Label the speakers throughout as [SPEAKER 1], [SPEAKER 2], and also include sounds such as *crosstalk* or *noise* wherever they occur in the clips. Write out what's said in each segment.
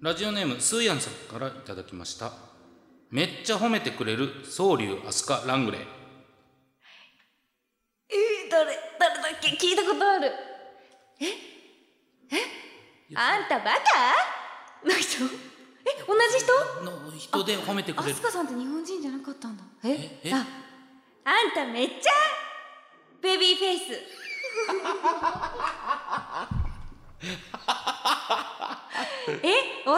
[SPEAKER 1] ラジオネームスーヤンさんからいただきましためっちゃ褒めてくれる総流アスカラングレー
[SPEAKER 2] えー、誰誰だっけ聞いたことあるええあんたバカの人え同じ人
[SPEAKER 1] の人で褒めてく
[SPEAKER 2] ア
[SPEAKER 1] れる
[SPEAKER 2] スカさんって日本人じゃなかったんだえ
[SPEAKER 1] ええ
[SPEAKER 2] ああんためっちゃベビーフェイスえオールナイトニッポン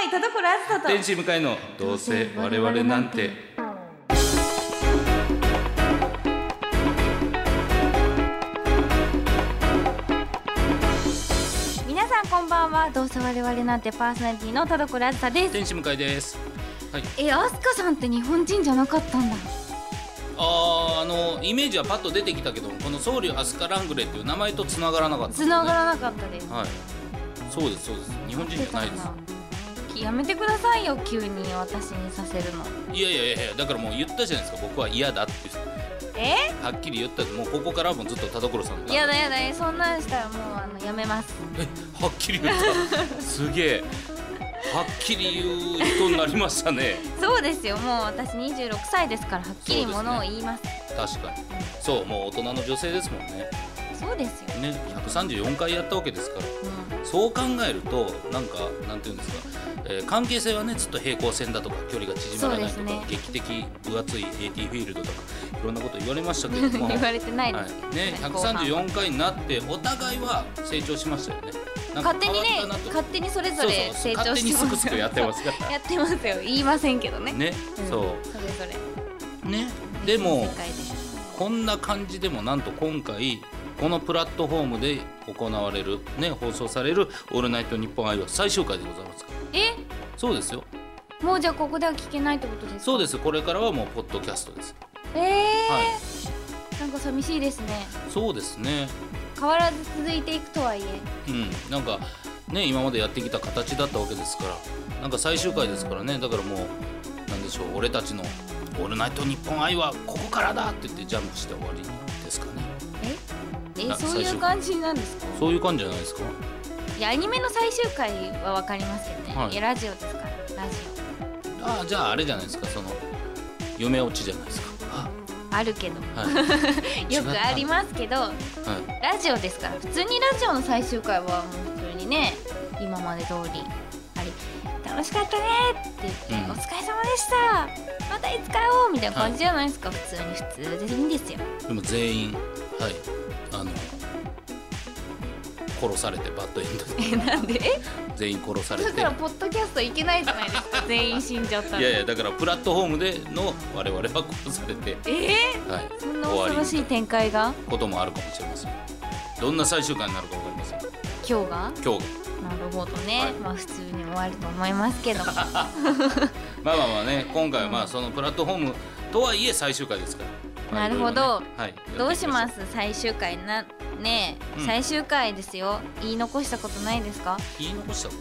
[SPEAKER 2] 愛田所あずさと
[SPEAKER 1] 天使向かいのどうせ我々なんて
[SPEAKER 2] 皆さんこんばんはどうせ我々なんてパーソナリティの田所あずさです
[SPEAKER 1] 天使向かいですはい
[SPEAKER 2] えアスカさんって日本人じゃなかったんだ
[SPEAKER 1] あーあのイメージはパッと出てきたけどもこの僧侶アスカ・ラングレーっていう名前と繋がらなかった
[SPEAKER 2] 繋がらなかったです
[SPEAKER 1] はいそうですそうです日本人じゃないです
[SPEAKER 2] きやめてくださいよ急に私にさせるの
[SPEAKER 1] いやいやいやいやだからもう言ったじゃないですか僕は嫌だって
[SPEAKER 2] え
[SPEAKER 1] はっきり言ったもうここからはもうずっと田所さんが
[SPEAKER 2] やだやだそんなんしたらもうあのやめます
[SPEAKER 1] え *laughs* はっきり言ったすげえはっきり言う人になりましたね
[SPEAKER 2] そうですよもう私26歳ですからはっきりものを言います
[SPEAKER 1] 確かにそうもう大人の女性ですもんね
[SPEAKER 2] そうですよ、
[SPEAKER 1] ね134回やったわけですから
[SPEAKER 2] うん
[SPEAKER 1] そう考えるとなんかなんていうんですか、えー関係性はねずっと平行線だとか距離が縮まらないと
[SPEAKER 2] そ
[SPEAKER 1] か、
[SPEAKER 2] うですね
[SPEAKER 1] 劇的分厚い AT フィールドとかいろんなこと言われましたけれど
[SPEAKER 2] *laughs*
[SPEAKER 1] も
[SPEAKER 2] 言われてない
[SPEAKER 1] は
[SPEAKER 2] で
[SPEAKER 1] い
[SPEAKER 2] すけど、
[SPEAKER 1] ね、
[SPEAKER 2] 後半
[SPEAKER 1] 134回になってお互いは成長しましたよねなんか
[SPEAKER 2] 勝手にね
[SPEAKER 1] 変わったなと
[SPEAKER 2] 勝手にそれぞ
[SPEAKER 1] そ
[SPEAKER 2] れ
[SPEAKER 1] うそう
[SPEAKER 2] 成長してます
[SPEAKER 1] 勝手にすくすくやってますから
[SPEAKER 2] *laughs* やってますよ言いませんけどね
[SPEAKER 1] ね、
[SPEAKER 2] うん
[SPEAKER 1] そ
[SPEAKER 2] それぞれ
[SPEAKER 1] うねでも
[SPEAKER 2] 世界です
[SPEAKER 1] こんな感じでもなんと今回このプラットフォームで行われるね放送される「オールナイトニッポン愛」は最終回でございますから
[SPEAKER 2] え
[SPEAKER 1] そうですよ
[SPEAKER 2] もうじゃあここでは聞けないってことですか
[SPEAKER 1] そうですこれからはもうポッドキャストです
[SPEAKER 2] えー
[SPEAKER 1] は
[SPEAKER 2] なんか寂しいですね
[SPEAKER 1] そうですね
[SPEAKER 2] 変わらず続いていくとはいえ
[SPEAKER 1] うんなんかね今までやってきた形だったわけですからなんか最終回ですからねだからもうなんでしょう俺たちの「オールナイトニッポン愛」はここからだって言ってジャンプして終わりですかね
[SPEAKER 2] ええ
[SPEAKER 1] あ
[SPEAKER 2] そう
[SPEAKER 1] 最
[SPEAKER 2] い
[SPEAKER 1] 終
[SPEAKER 2] う
[SPEAKER 1] 回
[SPEAKER 2] 感じなんですか
[SPEAKER 1] そういう感じじゃないですか
[SPEAKER 2] いやアニメの最終回はわかりますよね、
[SPEAKER 1] はい
[SPEAKER 2] い、やラジオですからラジ
[SPEAKER 1] ああじゃああれじゃないですかその夢落ちじゃないですかあ
[SPEAKER 2] オあるけど
[SPEAKER 1] はい、
[SPEAKER 2] よくありますけど
[SPEAKER 1] はい
[SPEAKER 2] ラジオですから普通にラジオの最終回はもう普通にね今まで通りあり楽しかったねって言って、
[SPEAKER 1] うん
[SPEAKER 2] お疲れ様でしたまたいつ会おうみたいな感じじゃないですか、普通に普通でいいんですよ *laughs*
[SPEAKER 1] でも全員はいあの殺されてバッドエンドで
[SPEAKER 2] えなんでえ
[SPEAKER 1] 全員殺され
[SPEAKER 2] だ
[SPEAKER 1] て
[SPEAKER 2] からポッドキャストいけないじゃないですか全員死んじゃったら
[SPEAKER 1] いやいやだからプラットフォームでの我々は殺されて、
[SPEAKER 2] えー
[SPEAKER 1] はい、
[SPEAKER 2] そんな
[SPEAKER 1] 終わ
[SPEAKER 2] 恐ろ
[SPEAKER 1] り
[SPEAKER 2] しい展開が
[SPEAKER 1] こともあるかもしれませんどんな最終回になるか分かりません
[SPEAKER 2] 今日が
[SPEAKER 1] 今日が
[SPEAKER 2] なるほどね、
[SPEAKER 1] はい
[SPEAKER 2] まあ普通に終わると思いま
[SPEAKER 1] *laughs*
[SPEAKER 2] すけども
[SPEAKER 1] まあまあまあね今回はまあそのプラットフォームとはいえ最終回ですから、まあ
[SPEAKER 2] なるほど
[SPEAKER 1] いろいろねはい、
[SPEAKER 2] どうしますす最終回なねえ、
[SPEAKER 1] うん
[SPEAKER 2] 最終回ですよ言い残したことないですか
[SPEAKER 1] 言い残したこ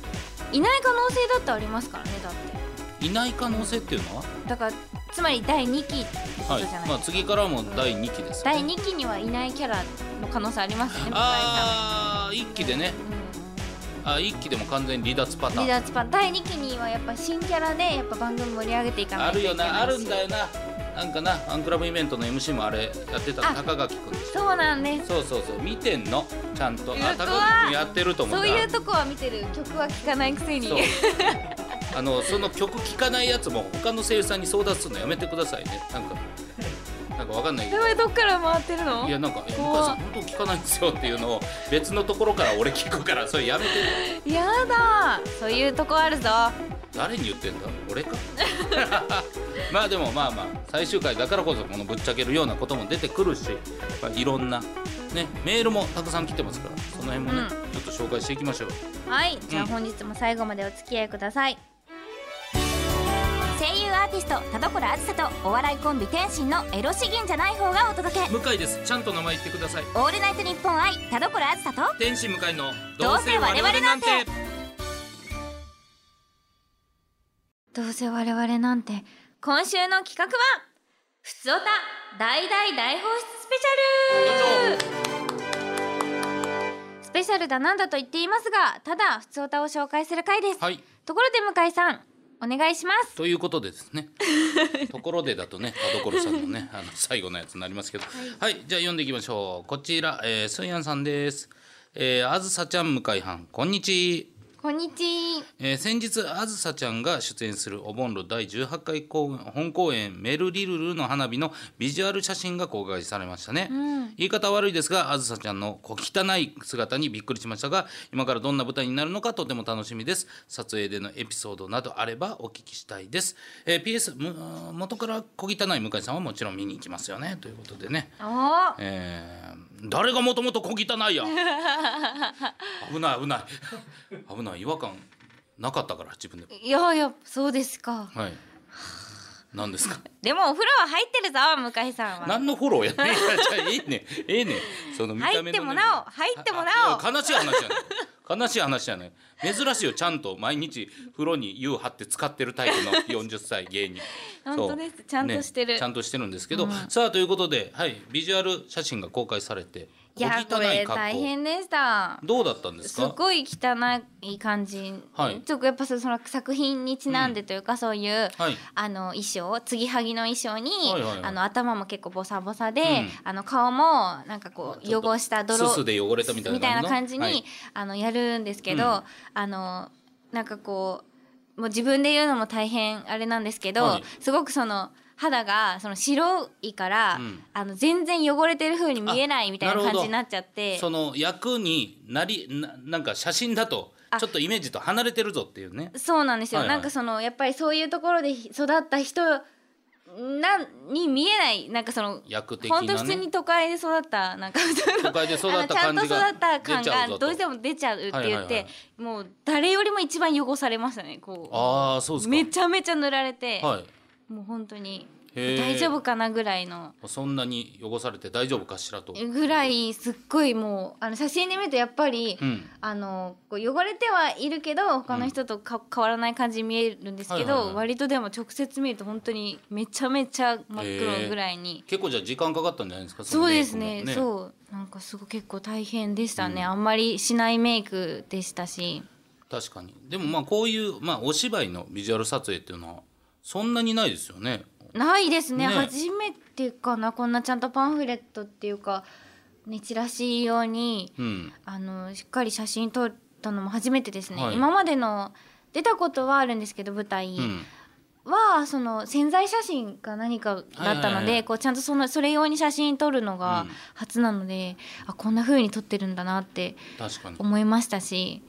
[SPEAKER 2] いない可能性だってありますからねだって
[SPEAKER 1] といない可能性っていうのは
[SPEAKER 2] だからつまり第2期ってこ
[SPEAKER 1] は
[SPEAKER 2] と
[SPEAKER 1] い
[SPEAKER 2] じゃない、
[SPEAKER 1] まあ次からも第2期です、
[SPEAKER 2] 第2期にはいないキャラの可能性ありますよね向井さ
[SPEAKER 1] ああ1期でね
[SPEAKER 2] ん
[SPEAKER 1] あ一期でも完全に離脱パ
[SPEAKER 2] うん
[SPEAKER 1] タ
[SPEAKER 2] 離
[SPEAKER 1] ーン
[SPEAKER 2] 脱パン第2期にはやっぱ新キャラでやっぱ番組盛り上げていかな
[SPEAKER 1] あ
[SPEAKER 2] いとい
[SPEAKER 1] るよ
[SPEAKER 2] けないし
[SPEAKER 1] なあるんだよななんかなファンクラブイベントの MC もあれやってた
[SPEAKER 2] あ
[SPEAKER 1] 高垣くんでし
[SPEAKER 2] そうなんです
[SPEAKER 1] ょそうそうそう見てんのちゃんとあ
[SPEAKER 2] うわ
[SPEAKER 1] 高垣くんやってると思
[SPEAKER 2] そうういう
[SPEAKER 1] た
[SPEAKER 2] とこは見てる曲は聴かないくせに
[SPEAKER 1] そうあのその曲聴かないやつも他の声優さんに相談するのやめてくださいねなんかなんかわかんないけ
[SPEAKER 2] や
[SPEAKER 1] ど
[SPEAKER 2] ばいどっから回ってるの
[SPEAKER 1] いやなんか「え向井
[SPEAKER 2] 怖っ
[SPEAKER 1] さん本当聞かないんですよ」っていうのを別のところから俺聞くからそれやめて
[SPEAKER 2] やだそういうとこあるぞ
[SPEAKER 1] 誰に言ってんだ俺か *laughs* まあでもまあまあ最終回だからこそこのぶっちゃけるようなことも出てくるし、まあ、いろんな、ね、メールもたくさん来てますからその辺もね、
[SPEAKER 2] うん
[SPEAKER 1] ちょっと紹介していきましょう
[SPEAKER 2] はいじゃ
[SPEAKER 1] う
[SPEAKER 2] あ
[SPEAKER 1] ん
[SPEAKER 2] 本日も最後までお付き合いください、声優アーティスト田所あずさとお笑いコンビ天心のエロ詩吟じゃない方がお届け
[SPEAKER 1] 向井ですちゃんと名前言ってください
[SPEAKER 2] オールナイトニッポン愛田所あずさと
[SPEAKER 1] 天使向井の
[SPEAKER 2] どうせ我々なんてどうせ我々なんて今週の企画は「ふつおた大大大放出スペシャル」スペシャルだなんだと言っていますがただ普通歌を紹介する回です、
[SPEAKER 1] はい
[SPEAKER 2] ところで向井さんお願いします
[SPEAKER 1] ということでです
[SPEAKER 2] *laughs*
[SPEAKER 1] ねところでだとね田所さんのねあの最後のやつになりますけどはい、じゃあ読んでいきましょうこちら、えー、すいやんさんです、えー、あずさちゃん向井藩こんにちは
[SPEAKER 2] こんにちは
[SPEAKER 1] えー先日あずさちゃんが出演するお盆路第18回公演本公演「メルリルルの花火」のビジュアル写真が公開されましたね、言い方は悪いですがあずさちゃんの小汚い姿にびっくりしましたが今からどんな舞台になるのかとても楽しみです撮影でのエピソードなどあればお聞きしたいです、えー PS む元から小汚い向井さんはもちろん見に行きますよねということでね
[SPEAKER 2] お
[SPEAKER 1] えー誰がもともと小汚
[SPEAKER 2] *laughs*
[SPEAKER 1] いや危ない危ない危ない違和感なかったから自分で
[SPEAKER 2] ーいやいやそうですか
[SPEAKER 1] はい何ですか
[SPEAKER 2] でもお風呂は入ってるぞ向井さんは
[SPEAKER 1] 何のフォローや *laughs* ねんいやじゃあいいねええねその見た目の、ね、
[SPEAKER 2] 入ってもなお入ってもなお
[SPEAKER 1] ああ悲しい話じゃない悲しい話じゃない珍しいよちゃんと毎日風呂に湯張って使ってるタイプの40歳芸人そう
[SPEAKER 2] *laughs* 本当ですちゃんとしてる
[SPEAKER 1] ちゃんとしてるんですけど、さあということではいビジュアル写真が公開されて
[SPEAKER 2] いや
[SPEAKER 1] 小
[SPEAKER 2] こ
[SPEAKER 1] 汚い
[SPEAKER 2] れ
[SPEAKER 1] 格
[SPEAKER 2] 大
[SPEAKER 1] 好
[SPEAKER 2] 変でした
[SPEAKER 1] どうだったんです
[SPEAKER 2] す
[SPEAKER 1] か
[SPEAKER 2] ごい汚い感じ、
[SPEAKER 1] はい
[SPEAKER 2] ちょっとやっぱその作品にちなんでというか、そういう、
[SPEAKER 1] はい
[SPEAKER 2] あの衣装継ぎはぎの衣装に、
[SPEAKER 1] はいはいはい
[SPEAKER 2] あの頭も結構ボサボサで、
[SPEAKER 1] ん
[SPEAKER 2] あの顔もなんかこう
[SPEAKER 1] ちょっと
[SPEAKER 2] 汚した泥
[SPEAKER 1] すすで汚れたみたいな
[SPEAKER 2] 感じに、
[SPEAKER 1] はい
[SPEAKER 2] あのやるんですけど、
[SPEAKER 1] う
[SPEAKER 2] あのなんかこうもう自分で言うのも大変あれなんですけど、
[SPEAKER 1] はい
[SPEAKER 2] すごくその肌がその白いから、
[SPEAKER 1] うん
[SPEAKER 2] あの全然汚れてる風に見えないみたいな
[SPEAKER 1] あなるほ
[SPEAKER 2] 感
[SPEAKER 1] ど
[SPEAKER 2] じになっちゃって
[SPEAKER 1] その役になりななんか写真だと
[SPEAKER 2] あ
[SPEAKER 1] ちょっとイメージと離れてるぞっていうね
[SPEAKER 2] そうなんですよ、
[SPEAKER 1] はいはい
[SPEAKER 2] なんかそのやっぱりそういうところで育った人なんに見えないなんかその
[SPEAKER 1] 役的な
[SPEAKER 2] 本
[SPEAKER 1] ね
[SPEAKER 2] 当普通に都会で育ったなんか普通の
[SPEAKER 1] 都会で育った
[SPEAKER 2] あ
[SPEAKER 1] 感
[SPEAKER 2] の
[SPEAKER 1] じ
[SPEAKER 2] ちゃんと育
[SPEAKER 1] が
[SPEAKER 2] った
[SPEAKER 1] 出ちゃう
[SPEAKER 2] 感が
[SPEAKER 1] ぞ
[SPEAKER 2] どうして
[SPEAKER 1] と
[SPEAKER 2] も出ちゃうって言って、
[SPEAKER 1] はいはいはい
[SPEAKER 2] もう誰よりも一番汚されましたねこう
[SPEAKER 1] ああそうですか
[SPEAKER 2] めちゃめちゃ塗られて、
[SPEAKER 1] はい
[SPEAKER 2] もう本当に
[SPEAKER 1] へー
[SPEAKER 2] 大丈夫かなぐらいの
[SPEAKER 1] そんなに汚されて大丈夫かしらと
[SPEAKER 2] ぐらいすっごいもうあの写真で見るとやっぱり、
[SPEAKER 1] うん
[SPEAKER 2] あのこう汚れてはいるけど他の人とか、変わらない感じに見えるんです
[SPEAKER 1] は
[SPEAKER 2] けど、
[SPEAKER 1] いはいはい
[SPEAKER 2] 割とでも直接見ると本当にめちゃめちゃ真っ黒ぐらいに、
[SPEAKER 1] 結構じゃあ時間かかったんじゃないですか
[SPEAKER 2] そうです
[SPEAKER 1] メイ
[SPEAKER 2] ね
[SPEAKER 1] クも
[SPEAKER 2] そうなんかすごい結構大変でしたね、あんまりしないメイクでしたし
[SPEAKER 1] 確かにでもまあこういうまあお芝居のビジュアル撮影っていうのはそんなにないですよね
[SPEAKER 2] ないですね
[SPEAKER 1] ね
[SPEAKER 2] 初めてかなこんなちゃんとパンフレットっていうか、ね、チラシ用に、
[SPEAKER 1] うん
[SPEAKER 2] あのしっかり写真撮ったのも初めてですね、
[SPEAKER 1] はい
[SPEAKER 2] 今までの出たことはあるんですけど舞台、
[SPEAKER 1] うん
[SPEAKER 2] はその潜在写真か何かだった
[SPEAKER 1] はいは
[SPEAKER 2] の
[SPEAKER 1] いは
[SPEAKER 2] で
[SPEAKER 1] い
[SPEAKER 2] こうちゃんとそのそれ用に写真撮るの
[SPEAKER 1] う
[SPEAKER 2] が
[SPEAKER 1] ん
[SPEAKER 2] 初なので、あこんな風に撮ってるんだなって
[SPEAKER 1] 確かに
[SPEAKER 2] 思いましたし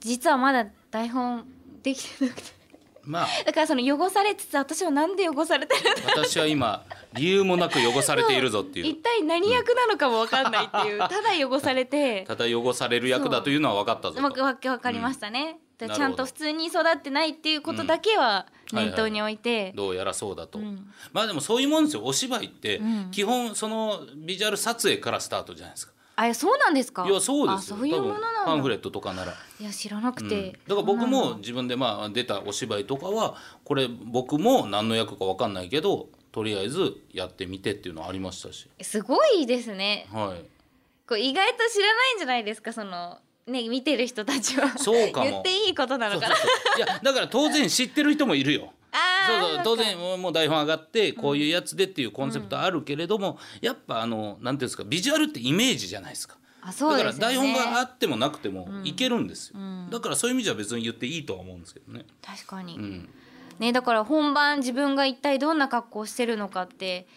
[SPEAKER 2] 実はまだ台本できてなくて
[SPEAKER 1] まあ
[SPEAKER 2] だからその汚されつつ私はなんで汚されてるんだ
[SPEAKER 1] 私は今理由もなく汚されているぞってい
[SPEAKER 2] 一
[SPEAKER 1] う
[SPEAKER 2] 体何役なのかも分かんない
[SPEAKER 1] *laughs*
[SPEAKER 2] っていうただ汚されて
[SPEAKER 1] ただ汚される役だというのは分かったぞ
[SPEAKER 2] うまく
[SPEAKER 1] と
[SPEAKER 2] わけ分かりましたね。
[SPEAKER 1] うん
[SPEAKER 2] だからちゃん
[SPEAKER 1] なるほ
[SPEAKER 2] と
[SPEAKER 1] ど
[SPEAKER 2] 普通に育ってないっていうことだけは念頭に置いて、
[SPEAKER 1] どうやらそうだと、
[SPEAKER 2] ん
[SPEAKER 1] まあでもそういうもんですよお芝居って
[SPEAKER 2] うん
[SPEAKER 1] 基本そのビジュアル撮影からスタートじゃないですか、
[SPEAKER 2] あいやそうなんですか
[SPEAKER 1] いやそうです
[SPEAKER 2] あ
[SPEAKER 1] よ
[SPEAKER 2] そういうもの
[SPEAKER 1] 多分パ
[SPEAKER 2] な
[SPEAKER 1] ン
[SPEAKER 2] ん
[SPEAKER 1] フ
[SPEAKER 2] だ
[SPEAKER 1] レットとかなら、
[SPEAKER 2] いや知らなく
[SPEAKER 1] うん
[SPEAKER 2] て、
[SPEAKER 1] だから僕も自分でまあ出たお芝居とかはこれ僕も何の役か分かんないけどとりあえずやってみてっていうのはありましたし
[SPEAKER 2] すごいですね。
[SPEAKER 1] はい
[SPEAKER 2] こう意外と知らないんじゃないですか、そのね見てる人たちは。
[SPEAKER 1] そうかも
[SPEAKER 2] 言っていいことな
[SPEAKER 1] そう
[SPEAKER 2] の
[SPEAKER 1] そ
[SPEAKER 2] か
[SPEAKER 1] う
[SPEAKER 2] な。
[SPEAKER 1] そういやだから当然知ってる人もいるよ
[SPEAKER 2] あ
[SPEAKER 1] そう
[SPEAKER 2] ー
[SPEAKER 1] そう当。然もうもう台本上がってこういうやつでっていうコンセプトあるけれども、やっぱあのなんていうんですかビジュアルってイメージじゃないですか
[SPEAKER 2] あそうですよね。
[SPEAKER 1] だから台本があってもなくてもいけるんですよ、
[SPEAKER 2] うん
[SPEAKER 1] だからそういう意味じゃ別に言っていいとは思うんですけどね、
[SPEAKER 2] 確かに、
[SPEAKER 1] うん、
[SPEAKER 2] ねだから本番自分が一体どんな格好してるのかって。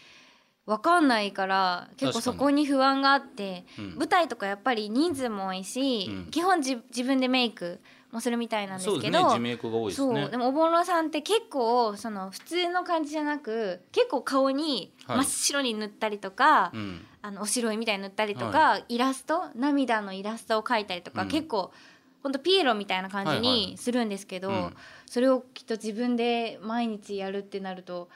[SPEAKER 2] わかんないから結構そこに不安があって、
[SPEAKER 1] うん
[SPEAKER 2] 舞台とかやっぱり人数も多いし、
[SPEAKER 1] うん
[SPEAKER 2] 基本じ自分でメイクもするみたいなんです
[SPEAKER 1] そうで
[SPEAKER 2] け
[SPEAKER 1] す
[SPEAKER 2] ど
[SPEAKER 1] ね自明句が多いです
[SPEAKER 2] そ
[SPEAKER 1] ね
[SPEAKER 2] うでもおぼろさんって結構その普通の感じじゃなく結構顔に
[SPEAKER 1] はい
[SPEAKER 2] 真っ白に塗ったりとか、
[SPEAKER 1] うん、
[SPEAKER 2] あのお白いみたいに塗ったりとか、
[SPEAKER 1] は
[SPEAKER 2] イラスト涙のイラストを描いたりとか、
[SPEAKER 1] うん
[SPEAKER 2] 結構ほんとピエロみたいな感じ
[SPEAKER 1] はいは
[SPEAKER 2] に
[SPEAKER 1] い
[SPEAKER 2] するんですけど、
[SPEAKER 1] うん
[SPEAKER 2] それをきっと自分で毎日やるってなると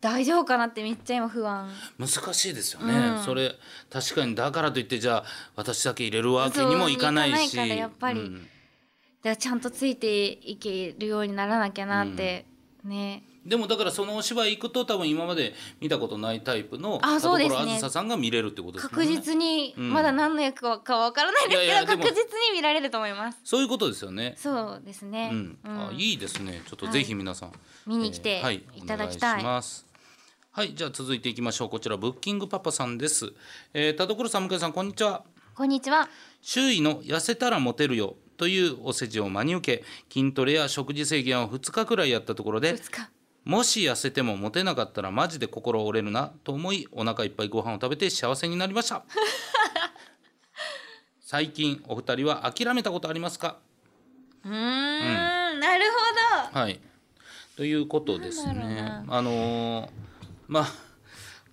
[SPEAKER 2] 大丈夫かなってめっちゃ今不安
[SPEAKER 1] 難しいですよね、
[SPEAKER 2] うん
[SPEAKER 1] それ確かにだからといってじゃあ私だけ入れるわけにもいかないし
[SPEAKER 2] そういかないからやっぱり
[SPEAKER 1] うん
[SPEAKER 2] だからちゃんとついていけるようにならなきゃなって、ね
[SPEAKER 1] でもだからそのお芝居行くと多分今まで見たことないタイプの
[SPEAKER 2] あそうですね
[SPEAKER 1] 田所あずささんが見れるってことですもん
[SPEAKER 2] 確
[SPEAKER 1] ね
[SPEAKER 2] 実に、
[SPEAKER 1] うん
[SPEAKER 2] まだ何の役かわからないですけど
[SPEAKER 1] いやいやでも
[SPEAKER 2] 確実に見られると思います
[SPEAKER 1] そういうことですよね
[SPEAKER 2] そうですね、
[SPEAKER 1] うん、あ
[SPEAKER 2] うん
[SPEAKER 1] いいですねちょっとぜひ皆さん、
[SPEAKER 2] 見に来て
[SPEAKER 1] えーはい
[SPEAKER 2] いただき
[SPEAKER 1] お
[SPEAKER 2] たい
[SPEAKER 1] 願しますはいじゃあ続いていきましょうこちらブッキングパパさんです、えー、田所さん向井さんこんにちは
[SPEAKER 2] こんにちは
[SPEAKER 1] 周囲の痩せたらモテるよというお世辞を真に受け筋トレや食事制限を2日くらいやったところで
[SPEAKER 2] 2日
[SPEAKER 1] もし痩せてもモテなかったらマジで心折れるなと思いお腹いっぱいご飯を食べて幸せになりました
[SPEAKER 2] *laughs*
[SPEAKER 1] 最近お二人は諦めたことありますか
[SPEAKER 2] うーん、なるほど
[SPEAKER 1] はい。ということです
[SPEAKER 2] なんだろう
[SPEAKER 1] ね
[SPEAKER 2] な。
[SPEAKER 1] あのーまあ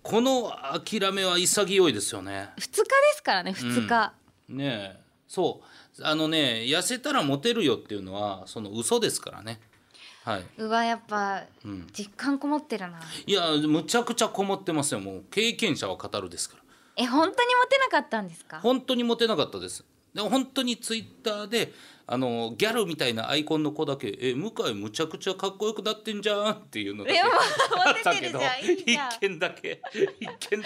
[SPEAKER 1] この諦めは潔いですよね。
[SPEAKER 2] 2日ですからね2日、
[SPEAKER 1] ねえ、そうあのね痩せたらモテるよっていうのはその嘘ですからね。はい。
[SPEAKER 2] うわやっぱ、
[SPEAKER 1] うん
[SPEAKER 2] 実感こもってるない
[SPEAKER 1] やむちゃくちゃこもってますよ。もう経験者は語るですから。
[SPEAKER 2] え本当にモテなかったんですか
[SPEAKER 1] 本当にモテなかったです。でも本当にツイッターであのギャルみたいなアイコンの子だけ「え向井むちゃくちゃかっこよくなってんじゃん」っていうのだけ
[SPEAKER 2] えもう
[SPEAKER 1] あ
[SPEAKER 2] モ
[SPEAKER 1] っ
[SPEAKER 2] テ
[SPEAKER 1] た
[SPEAKER 2] て
[SPEAKER 1] け
[SPEAKER 2] るじ
[SPEAKER 1] ど
[SPEAKER 2] ゃんいいじゃん
[SPEAKER 1] 一件だけ一件だけで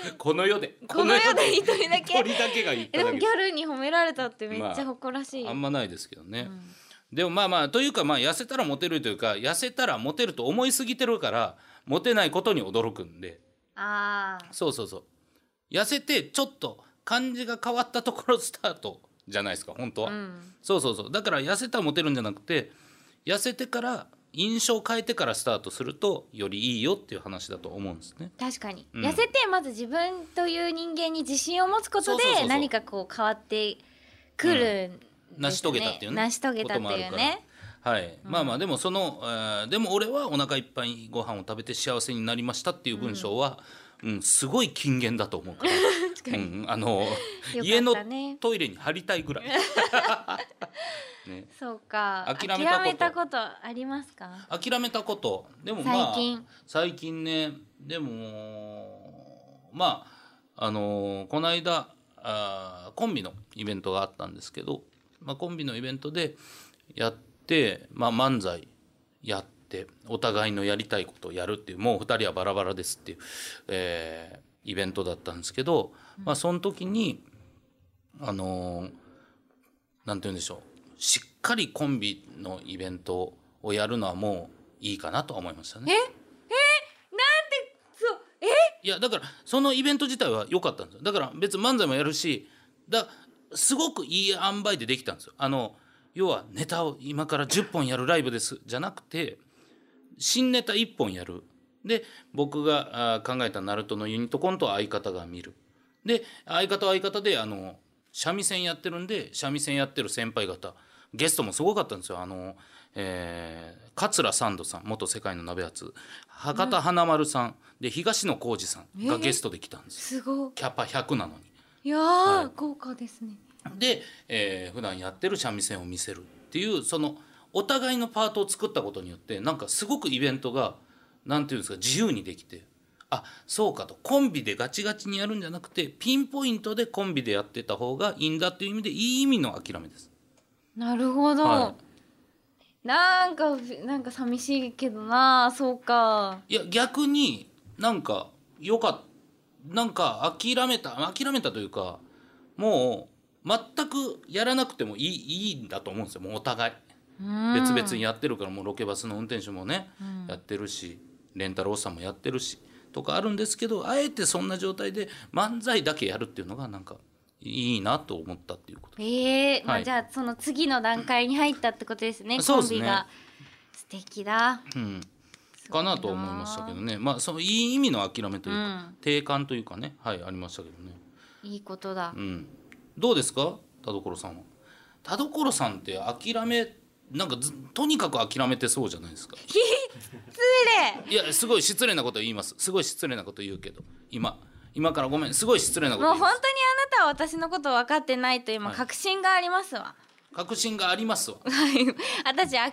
[SPEAKER 1] すよこの世で
[SPEAKER 2] *laughs* この世で一人だ
[SPEAKER 1] 一
[SPEAKER 2] け
[SPEAKER 1] 人だけが言った
[SPEAKER 2] え
[SPEAKER 1] だ
[SPEAKER 2] でも
[SPEAKER 1] け
[SPEAKER 2] ギ
[SPEAKER 1] で
[SPEAKER 2] ャルに褒められたってめっちゃ誇らしい、
[SPEAKER 1] すあんまないですけどね、でもまあまあというかまあ痩せたらモテるというか痩せたらモテると思いすぎてるからモテないことに驚くんで
[SPEAKER 2] ああ
[SPEAKER 1] そうそうそう痩せてちょっと感じが変わったところスタートじゃないですか本当は、
[SPEAKER 2] うん
[SPEAKER 1] そうそうそうだから痩せたらモテるんじゃなくて痩せてから印象変えてからスタートするとよりいいよっていう話だと思うんですね
[SPEAKER 2] 確かに、
[SPEAKER 1] うん
[SPEAKER 2] 痩せてまず自分という人間に自信を持つこと
[SPEAKER 1] そうそうそうそ
[SPEAKER 2] で
[SPEAKER 1] う
[SPEAKER 2] 何かこう変わってくるんですね、
[SPEAKER 1] 成し遂げたっていうね
[SPEAKER 2] 成し遂げたって
[SPEAKER 1] こともあ
[SPEAKER 2] い
[SPEAKER 1] る
[SPEAKER 2] う
[SPEAKER 1] か
[SPEAKER 2] ね
[SPEAKER 1] らはい、まあまあでもその、えーでも俺はお腹いっぱいご飯を食べて幸せになりましたっていう文章は、うんすごい金言だと思うから、
[SPEAKER 2] *laughs* 確か
[SPEAKER 1] う
[SPEAKER 2] に、
[SPEAKER 1] ん、あの、
[SPEAKER 2] よ
[SPEAKER 1] 家
[SPEAKER 2] か
[SPEAKER 1] の
[SPEAKER 2] ったね
[SPEAKER 1] トイレに貼りたいぐらいね
[SPEAKER 2] そうか
[SPEAKER 1] 諦めたこと
[SPEAKER 2] 諦めたことありますか
[SPEAKER 1] 諦めたことでもまあ
[SPEAKER 2] 最近
[SPEAKER 1] 最近ねでもまああのこの間あーコンビのイベントがあったんですけど、まあ、コンビのイベントでやって、まあ、漫才やってお互いのやりたいことをやるっていうもう2人はバラバラですっていう、えーイベントだったんですけど、まあ、その時にあのなんて言うんでしょうしっかりコンビのイベントをやるのはもういいかなとは思いましたね。
[SPEAKER 2] そうえ
[SPEAKER 1] いやだからそのイベント自体は良かったんですよだから別に漫才もやるしだすごくいい塩梅でできたんですよあの要はネタを今から10本やるライブですじゃなくて新ネタ1本やるで僕があー考えたナルトのユニットコントは相方が見るで相方は相方であの三味線やってるんで三味線やってる先輩方ゲストもすごかったんですよあの、えー桂三度さん元世界の鍋厚博多華丸さん、で東野幸治さんがゲストで来たんですよ、
[SPEAKER 2] すごい
[SPEAKER 1] キャパ100なのに。
[SPEAKER 2] いやー、
[SPEAKER 1] はい
[SPEAKER 2] 豪華ですね
[SPEAKER 1] で、えー普段やってる三味線を見せるっていうそのお互いのパートを作ったことによってなんかすごくイベントがなんていうんですか自由にできてあそうかとコンビでガチガチにやるんじゃなくてピンポイントでコンビでやってた方がいいんだっていう意味でいい意味の諦めです。
[SPEAKER 2] なるほど、
[SPEAKER 1] は
[SPEAKER 2] なんかなんか寂しいけどなそうか
[SPEAKER 1] いや逆になんかよかったなんか諦めた諦めたというかもう全くやらなくてもいいいいんだと思うんですよもうお互い。別々に
[SPEAKER 2] や
[SPEAKER 1] やってるからもうロケバスの運転手もね、
[SPEAKER 2] うん
[SPEAKER 1] やってるしレンタルおっさんもやってるしとかあるんですけどあえてそんな状態で漫才だけやるっていうのがなんかいいなと思ったっていうこと
[SPEAKER 2] ええーま
[SPEAKER 1] は
[SPEAKER 2] あ、
[SPEAKER 1] い
[SPEAKER 2] じゃあその次の段階に入ったってことですね、
[SPEAKER 1] そう
[SPEAKER 2] コ
[SPEAKER 1] で
[SPEAKER 2] ン
[SPEAKER 1] すね
[SPEAKER 2] ビが素敵だ
[SPEAKER 1] うん、かなと思いましたけどねまあそのいい意味の諦めというか、
[SPEAKER 2] うん
[SPEAKER 1] 定感というかねはいありましたけどね、
[SPEAKER 2] いいことだ
[SPEAKER 1] うん、どうですか田所さんは田所さんって諦めなんかずとにかく諦めてそうじゃないですか
[SPEAKER 2] 失礼
[SPEAKER 1] いやすごい失礼なこと言いますすごい失礼なこと言うけど今今からごめんすごい失礼なこと
[SPEAKER 2] もう
[SPEAKER 1] 言いま
[SPEAKER 2] 本当に
[SPEAKER 1] す
[SPEAKER 2] あなたは私のこと分かってないと今
[SPEAKER 1] はい
[SPEAKER 2] 確信がありますわ、
[SPEAKER 1] 確信がありますわ
[SPEAKER 2] 私諦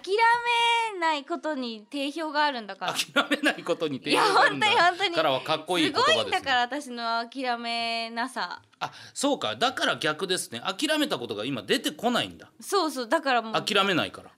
[SPEAKER 2] めないことに定評があるんだからす
[SPEAKER 1] 諦めないことに
[SPEAKER 2] いや
[SPEAKER 1] 本当
[SPEAKER 2] 本当に本当に
[SPEAKER 1] からはかっこ
[SPEAKER 2] ご
[SPEAKER 1] い
[SPEAKER 2] い
[SPEAKER 1] い言葉
[SPEAKER 2] ん
[SPEAKER 1] です
[SPEAKER 2] だ
[SPEAKER 1] ね
[SPEAKER 2] から私の諦めなさ
[SPEAKER 1] あそうかだから逆ですね諦めたことが今出てこないんだ
[SPEAKER 2] そうそうだからもう諦
[SPEAKER 1] 諦めないから
[SPEAKER 2] め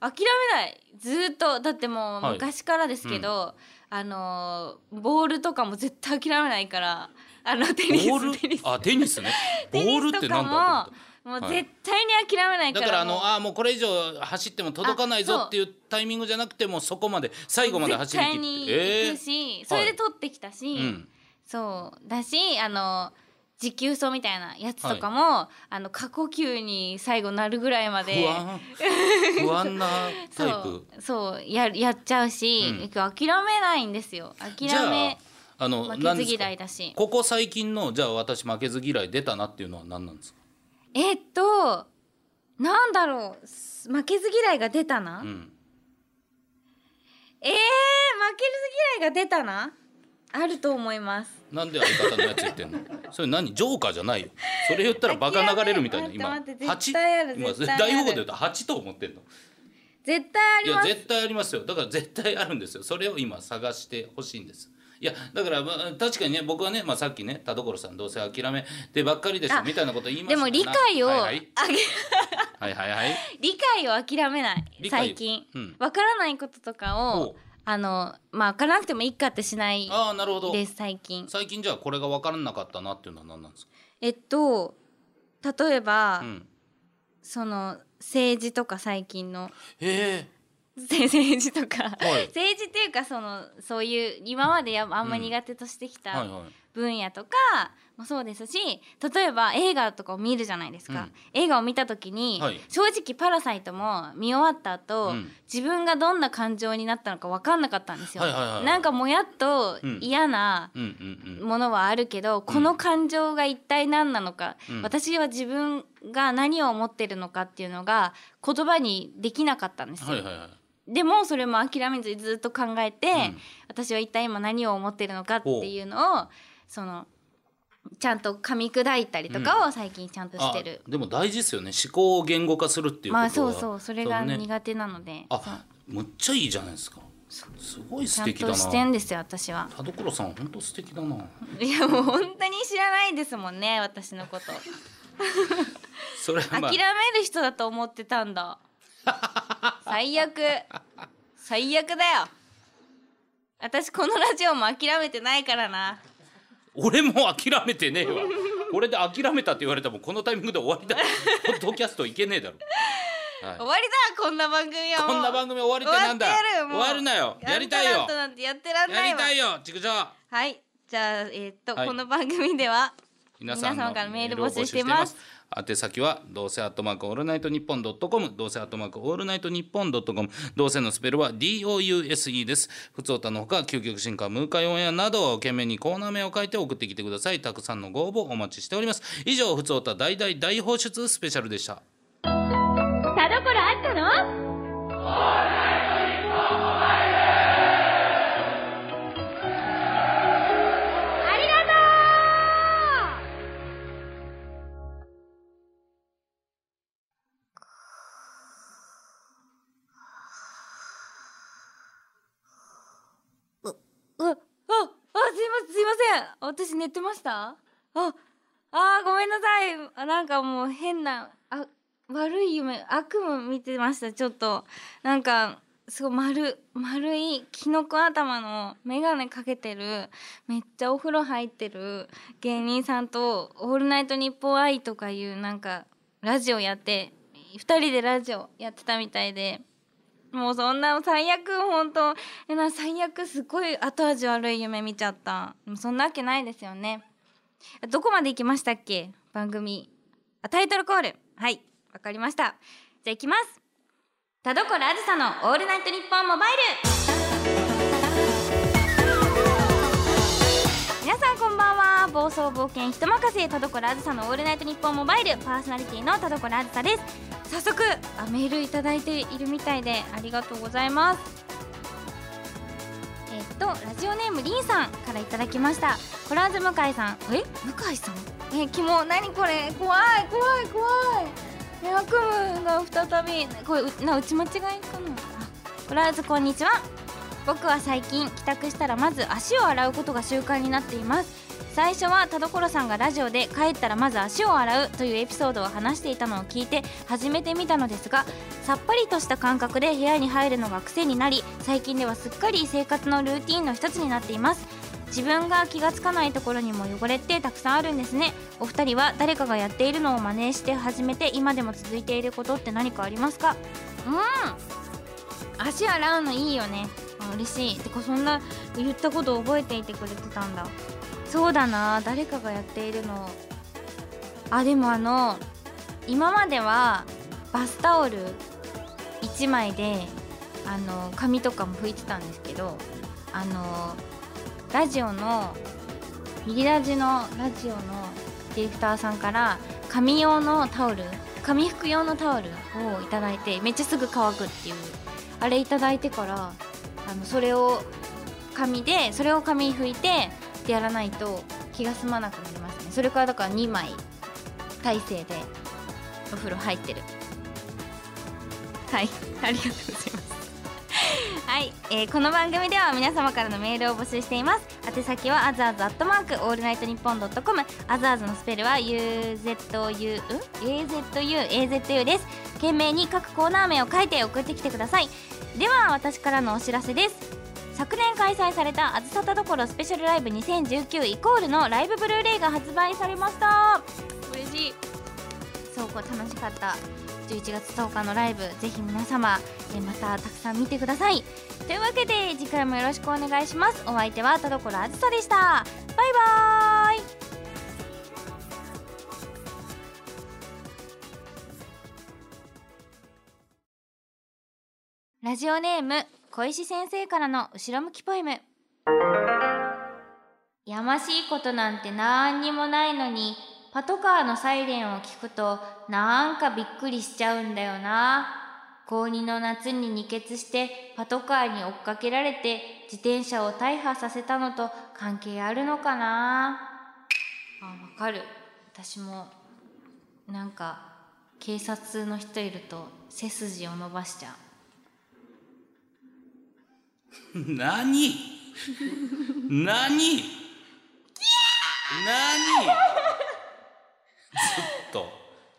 [SPEAKER 2] ないずーっとだってもう
[SPEAKER 1] はい
[SPEAKER 2] 昔からですけど、あのーボールとかも絶対諦めないからあのテニス
[SPEAKER 1] ボール
[SPEAKER 2] テニス
[SPEAKER 1] あテニスねボ
[SPEAKER 2] *laughs* テニ
[SPEAKER 1] ール
[SPEAKER 2] ス
[SPEAKER 1] って
[SPEAKER 2] と
[SPEAKER 1] なんだと
[SPEAKER 2] か
[SPEAKER 1] 思っ
[SPEAKER 2] もも
[SPEAKER 1] は
[SPEAKER 2] う
[SPEAKER 1] い
[SPEAKER 2] 絶対に諦めない
[SPEAKER 1] た
[SPEAKER 2] か
[SPEAKER 1] だ
[SPEAKER 2] ら
[SPEAKER 1] からあ
[SPEAKER 2] もう
[SPEAKER 1] のあもうこれ以上走っても届かないぞっていうタイミングじゃなくてもうそこまで最後まで走り
[SPEAKER 2] 絶対
[SPEAKER 1] 切
[SPEAKER 2] に
[SPEAKER 1] って
[SPEAKER 2] 行
[SPEAKER 1] え
[SPEAKER 2] くし、それで取ってきたし、
[SPEAKER 1] えうん
[SPEAKER 2] そうだしあの持久走みたいなやつとかも、あの過呼吸に最後なるぐらいまで
[SPEAKER 1] 不安不安なタイプ
[SPEAKER 2] そうそうやるやっちゃうし、
[SPEAKER 1] うん
[SPEAKER 2] 諦めないんですよ諦
[SPEAKER 1] じゃあ
[SPEAKER 2] め
[SPEAKER 1] あの
[SPEAKER 2] 負
[SPEAKER 1] 何で
[SPEAKER 2] けず
[SPEAKER 1] すか
[SPEAKER 2] 嫌いだし
[SPEAKER 1] ここ最近のじゃあ私負けず嫌い出たなっていうのは何なんですか
[SPEAKER 2] えっとなんだろうす負けず嫌いが出たな、
[SPEAKER 1] うん
[SPEAKER 2] えー、負けず嫌いが出たなあると思います
[SPEAKER 1] なんで相方のやつ言ってん
[SPEAKER 2] *laughs*
[SPEAKER 1] のそれ何ジョーカーじゃないよそれ言ったらバカ流れるみたいな
[SPEAKER 2] 諦め
[SPEAKER 1] 今
[SPEAKER 2] 待って待って
[SPEAKER 1] 八
[SPEAKER 2] 絶対ある
[SPEAKER 1] 今
[SPEAKER 2] 絶対ある
[SPEAKER 1] 大保護で言うと八と思ってんの
[SPEAKER 2] 絶対あ
[SPEAKER 1] い
[SPEAKER 2] り
[SPEAKER 1] や
[SPEAKER 2] ます
[SPEAKER 1] 絶対ありますよだから絶対あるんですよそれを今探してほしいんですいやだから、まあ、確かにね僕はね、まあ、さっきね田所さんどうせ諦めてばっかりです
[SPEAKER 2] あ
[SPEAKER 1] みたいなこと言いまし
[SPEAKER 2] で
[SPEAKER 1] た
[SPEAKER 2] も
[SPEAKER 1] が
[SPEAKER 2] 理解を、
[SPEAKER 1] はいはい
[SPEAKER 2] あげ *laughs*
[SPEAKER 1] はいはいはい
[SPEAKER 2] 理解を諦めない
[SPEAKER 1] 理解を
[SPEAKER 2] 最近
[SPEAKER 1] うん
[SPEAKER 2] わ、からないこととか
[SPEAKER 1] おう
[SPEAKER 2] をあのまあ分からなくてもいいかってしない
[SPEAKER 1] ああなるほど
[SPEAKER 2] です最近
[SPEAKER 1] 最近じゃあこれが分からなかったなっていうのは何なんですか、
[SPEAKER 2] えっと例えば、
[SPEAKER 1] うん、
[SPEAKER 2] その政治とか最近の
[SPEAKER 1] へえ
[SPEAKER 2] せ *laughs* 政治とか、
[SPEAKER 1] はい
[SPEAKER 2] 政治っていうかそのそういう今までやあんま
[SPEAKER 1] うん
[SPEAKER 2] 苦手としてき
[SPEAKER 1] は
[SPEAKER 2] た
[SPEAKER 1] いはい
[SPEAKER 2] 分野とかもそうですし例えば映画とかを見るじゃないですか、
[SPEAKER 1] うん
[SPEAKER 2] 映画を見た時に、
[SPEAKER 1] はい
[SPEAKER 2] 正直「パラサイト」も見終わった後、
[SPEAKER 1] うん
[SPEAKER 2] 自分がどんな感情になったのか分かんなかったんですよ。
[SPEAKER 1] はいはいはい
[SPEAKER 2] なんかもやっと
[SPEAKER 1] うん
[SPEAKER 2] 嫌な、
[SPEAKER 1] うんうんうん
[SPEAKER 2] ものはあるけど、この感情が一体何なのか、
[SPEAKER 1] うん
[SPEAKER 2] 私は自分が何を思ってるのかっていうのが言葉にできなかったんです
[SPEAKER 1] は
[SPEAKER 2] よ、
[SPEAKER 1] いはいはい
[SPEAKER 2] でもそれも諦めずにずっと考えて、
[SPEAKER 1] ん
[SPEAKER 2] 私は一体今何を思ってるのかっていうのをそのちゃんと噛み砕いたりとかを最近ちゃんとしてる、
[SPEAKER 1] あでも大事ですよね思考を言語化するっていうことは
[SPEAKER 2] まあそうそうそれが
[SPEAKER 1] のね
[SPEAKER 2] 苦手なので、
[SPEAKER 1] あむっちゃいいじゃないですかすごい
[SPEAKER 2] ち
[SPEAKER 1] 素
[SPEAKER 2] ゃん
[SPEAKER 1] 敵だ
[SPEAKER 2] として
[SPEAKER 1] なん
[SPEAKER 2] ですよ私は
[SPEAKER 1] 田所さん本当素敵だ
[SPEAKER 2] *laughs*
[SPEAKER 1] ない
[SPEAKER 2] やもう本当に知らないですもんね私のこと
[SPEAKER 1] それはまあ
[SPEAKER 2] 諦める人だと思ってた
[SPEAKER 1] *laughs*
[SPEAKER 2] んだ最悪最悪だよ私このラジオも諦めてないからな
[SPEAKER 1] 俺も諦めてねえわ俺で諦めたって言われたらもうこのタイミングで終わ
[SPEAKER 2] *laughs*
[SPEAKER 1] りだポッドキャストいけねえだろ、はい
[SPEAKER 2] 終わりだこんな番組はもう
[SPEAKER 1] こんな番組終わりってなんだ
[SPEAKER 2] 終わってやるもう
[SPEAKER 1] 終わるなよやりたいよ
[SPEAKER 2] あんたなんてなんてやってらんないわ
[SPEAKER 1] やりたいよちくしょう
[SPEAKER 2] はいじゃあえーっと、
[SPEAKER 1] はい
[SPEAKER 2] この番組では
[SPEAKER 1] 皆さんの
[SPEAKER 2] 皆様からメール募集してい
[SPEAKER 1] メールを
[SPEAKER 2] ま
[SPEAKER 1] 募
[SPEAKER 2] す
[SPEAKER 1] 集宛先はどうせアットマークオールナイトニッポンドットコムどうせアットマークオールナイトニッポンドットコムどうせのスペルは DOUSE ですふつおたのほか究極進化ムーカイオンエアなどを懸命にコーナー名を書いて送ってきてくださいたくさんのご応募お待ちしております以上ふつおた大大大放出スペシャルでした
[SPEAKER 2] 田所あったのありがとうう、あ、あ、すいません、すいません。私寝てましたあ、あー、ごめんなさい。あなんかもう変な、あ、悪い夢、悪夢見てました、ちょっと。なんか、すごい丸、丸い、キノコ頭のメガネかけてる、めっちゃお風呂入ってる芸人さんと、オールナイトニッポン愛とかいうなんか、ラジオやって、二人でラジオやってたみたいで、もうそんな最悪本当えな最悪すごい後味悪い夢見ちゃったでもそんなわけないですよねあどこまで行きましたっけ番組あタイトルコールはいわかりましたじゃあ行きます田所あずさのオールナイトニッポンモバイル皆さんこんばんは暴走冒険人任せ田所あずさのオールナイトニッポンモバイルパーソナリティの田所あずさです早速あメールいただいているみたいでありがとうございますえっとラジオネームりんさんからいただきましたコラーズ向井さんえ向井さんえキモ何これ怖い怖い怖いね悪夢が再びこれうな打ち間違いかなあブラウズこんにちは僕は最近帰宅したらまず足を洗うことが習慣になっています最初は田所さんがラジオで帰ったらまず足を洗うというエピソードを話していたのを聞いて始めてみたのですがさっぱりとした感覚で部屋に入るのが癖になり最近ではすっかり生活のルーティンの一つになっています自分が気がつかないところにも汚れってたくさんあるんですねお二人は誰かがやっているのを真似して始めて今でも続いていることって何かありますかうん足洗うのいいよねあ嬉しいてかそんな言ったことを覚えていてくれてたんだそうだな誰かがやっているのあでもあの今まではバスタオル1枚であの髪とかも拭いてたんですけどあのラジオのミリラジのラジオのディレクターさんから髪用のタオル髪拭く用のタオルをいただいてめっちゃすぐ乾くっていうあれいただいてからあのそれを紙でそれを紙に拭いてってやらないと気が済まなくなりますねそれからだから2枚体勢でお風呂入ってるはい *laughs* ありがとうございます *laughs* はい、えーこの番組では皆様からのメールを募集しています宛先はあずあずアットマークオールナイトニッポンドットコムあずあずのスペルは UZU ん AZUAZU です懸命に各コーナー名を書いて送ってきてくださいでは私からのお知らせです昨年開催された「あずさたどころスペシャルライブ2019イコール」のライブブルーレイが発売されました嬉しいそうこう楽しかった11月10日のライブぜひ皆様えーまたたくさん見てくださいというわけで次回もよろしくお願いしますお相手は田所あずさでしたバイバーイラジオネーム小石先生からの後ろ向きポエムやましいことなんてなんにもないのにパトカーのサイレンを聞くとなんかびっくりしちゃうんだよな高2の夏に二血してパトカーに追っかけられて自転車を大破させたのと関係あるのかなあわかる私もなんか警察の人いると背筋を伸ばしちゃう
[SPEAKER 1] 何何 *laughs* 何ずっと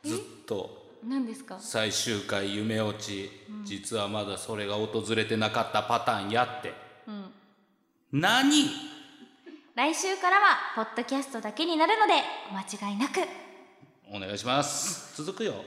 [SPEAKER 1] ずっと
[SPEAKER 2] 何ですか
[SPEAKER 1] 最終回夢落ち、実はまだそれが訪れてなかったパターンやって、何
[SPEAKER 2] 来週からはポッドキャストだけになるのでお間違いなく
[SPEAKER 1] お願いします続くよ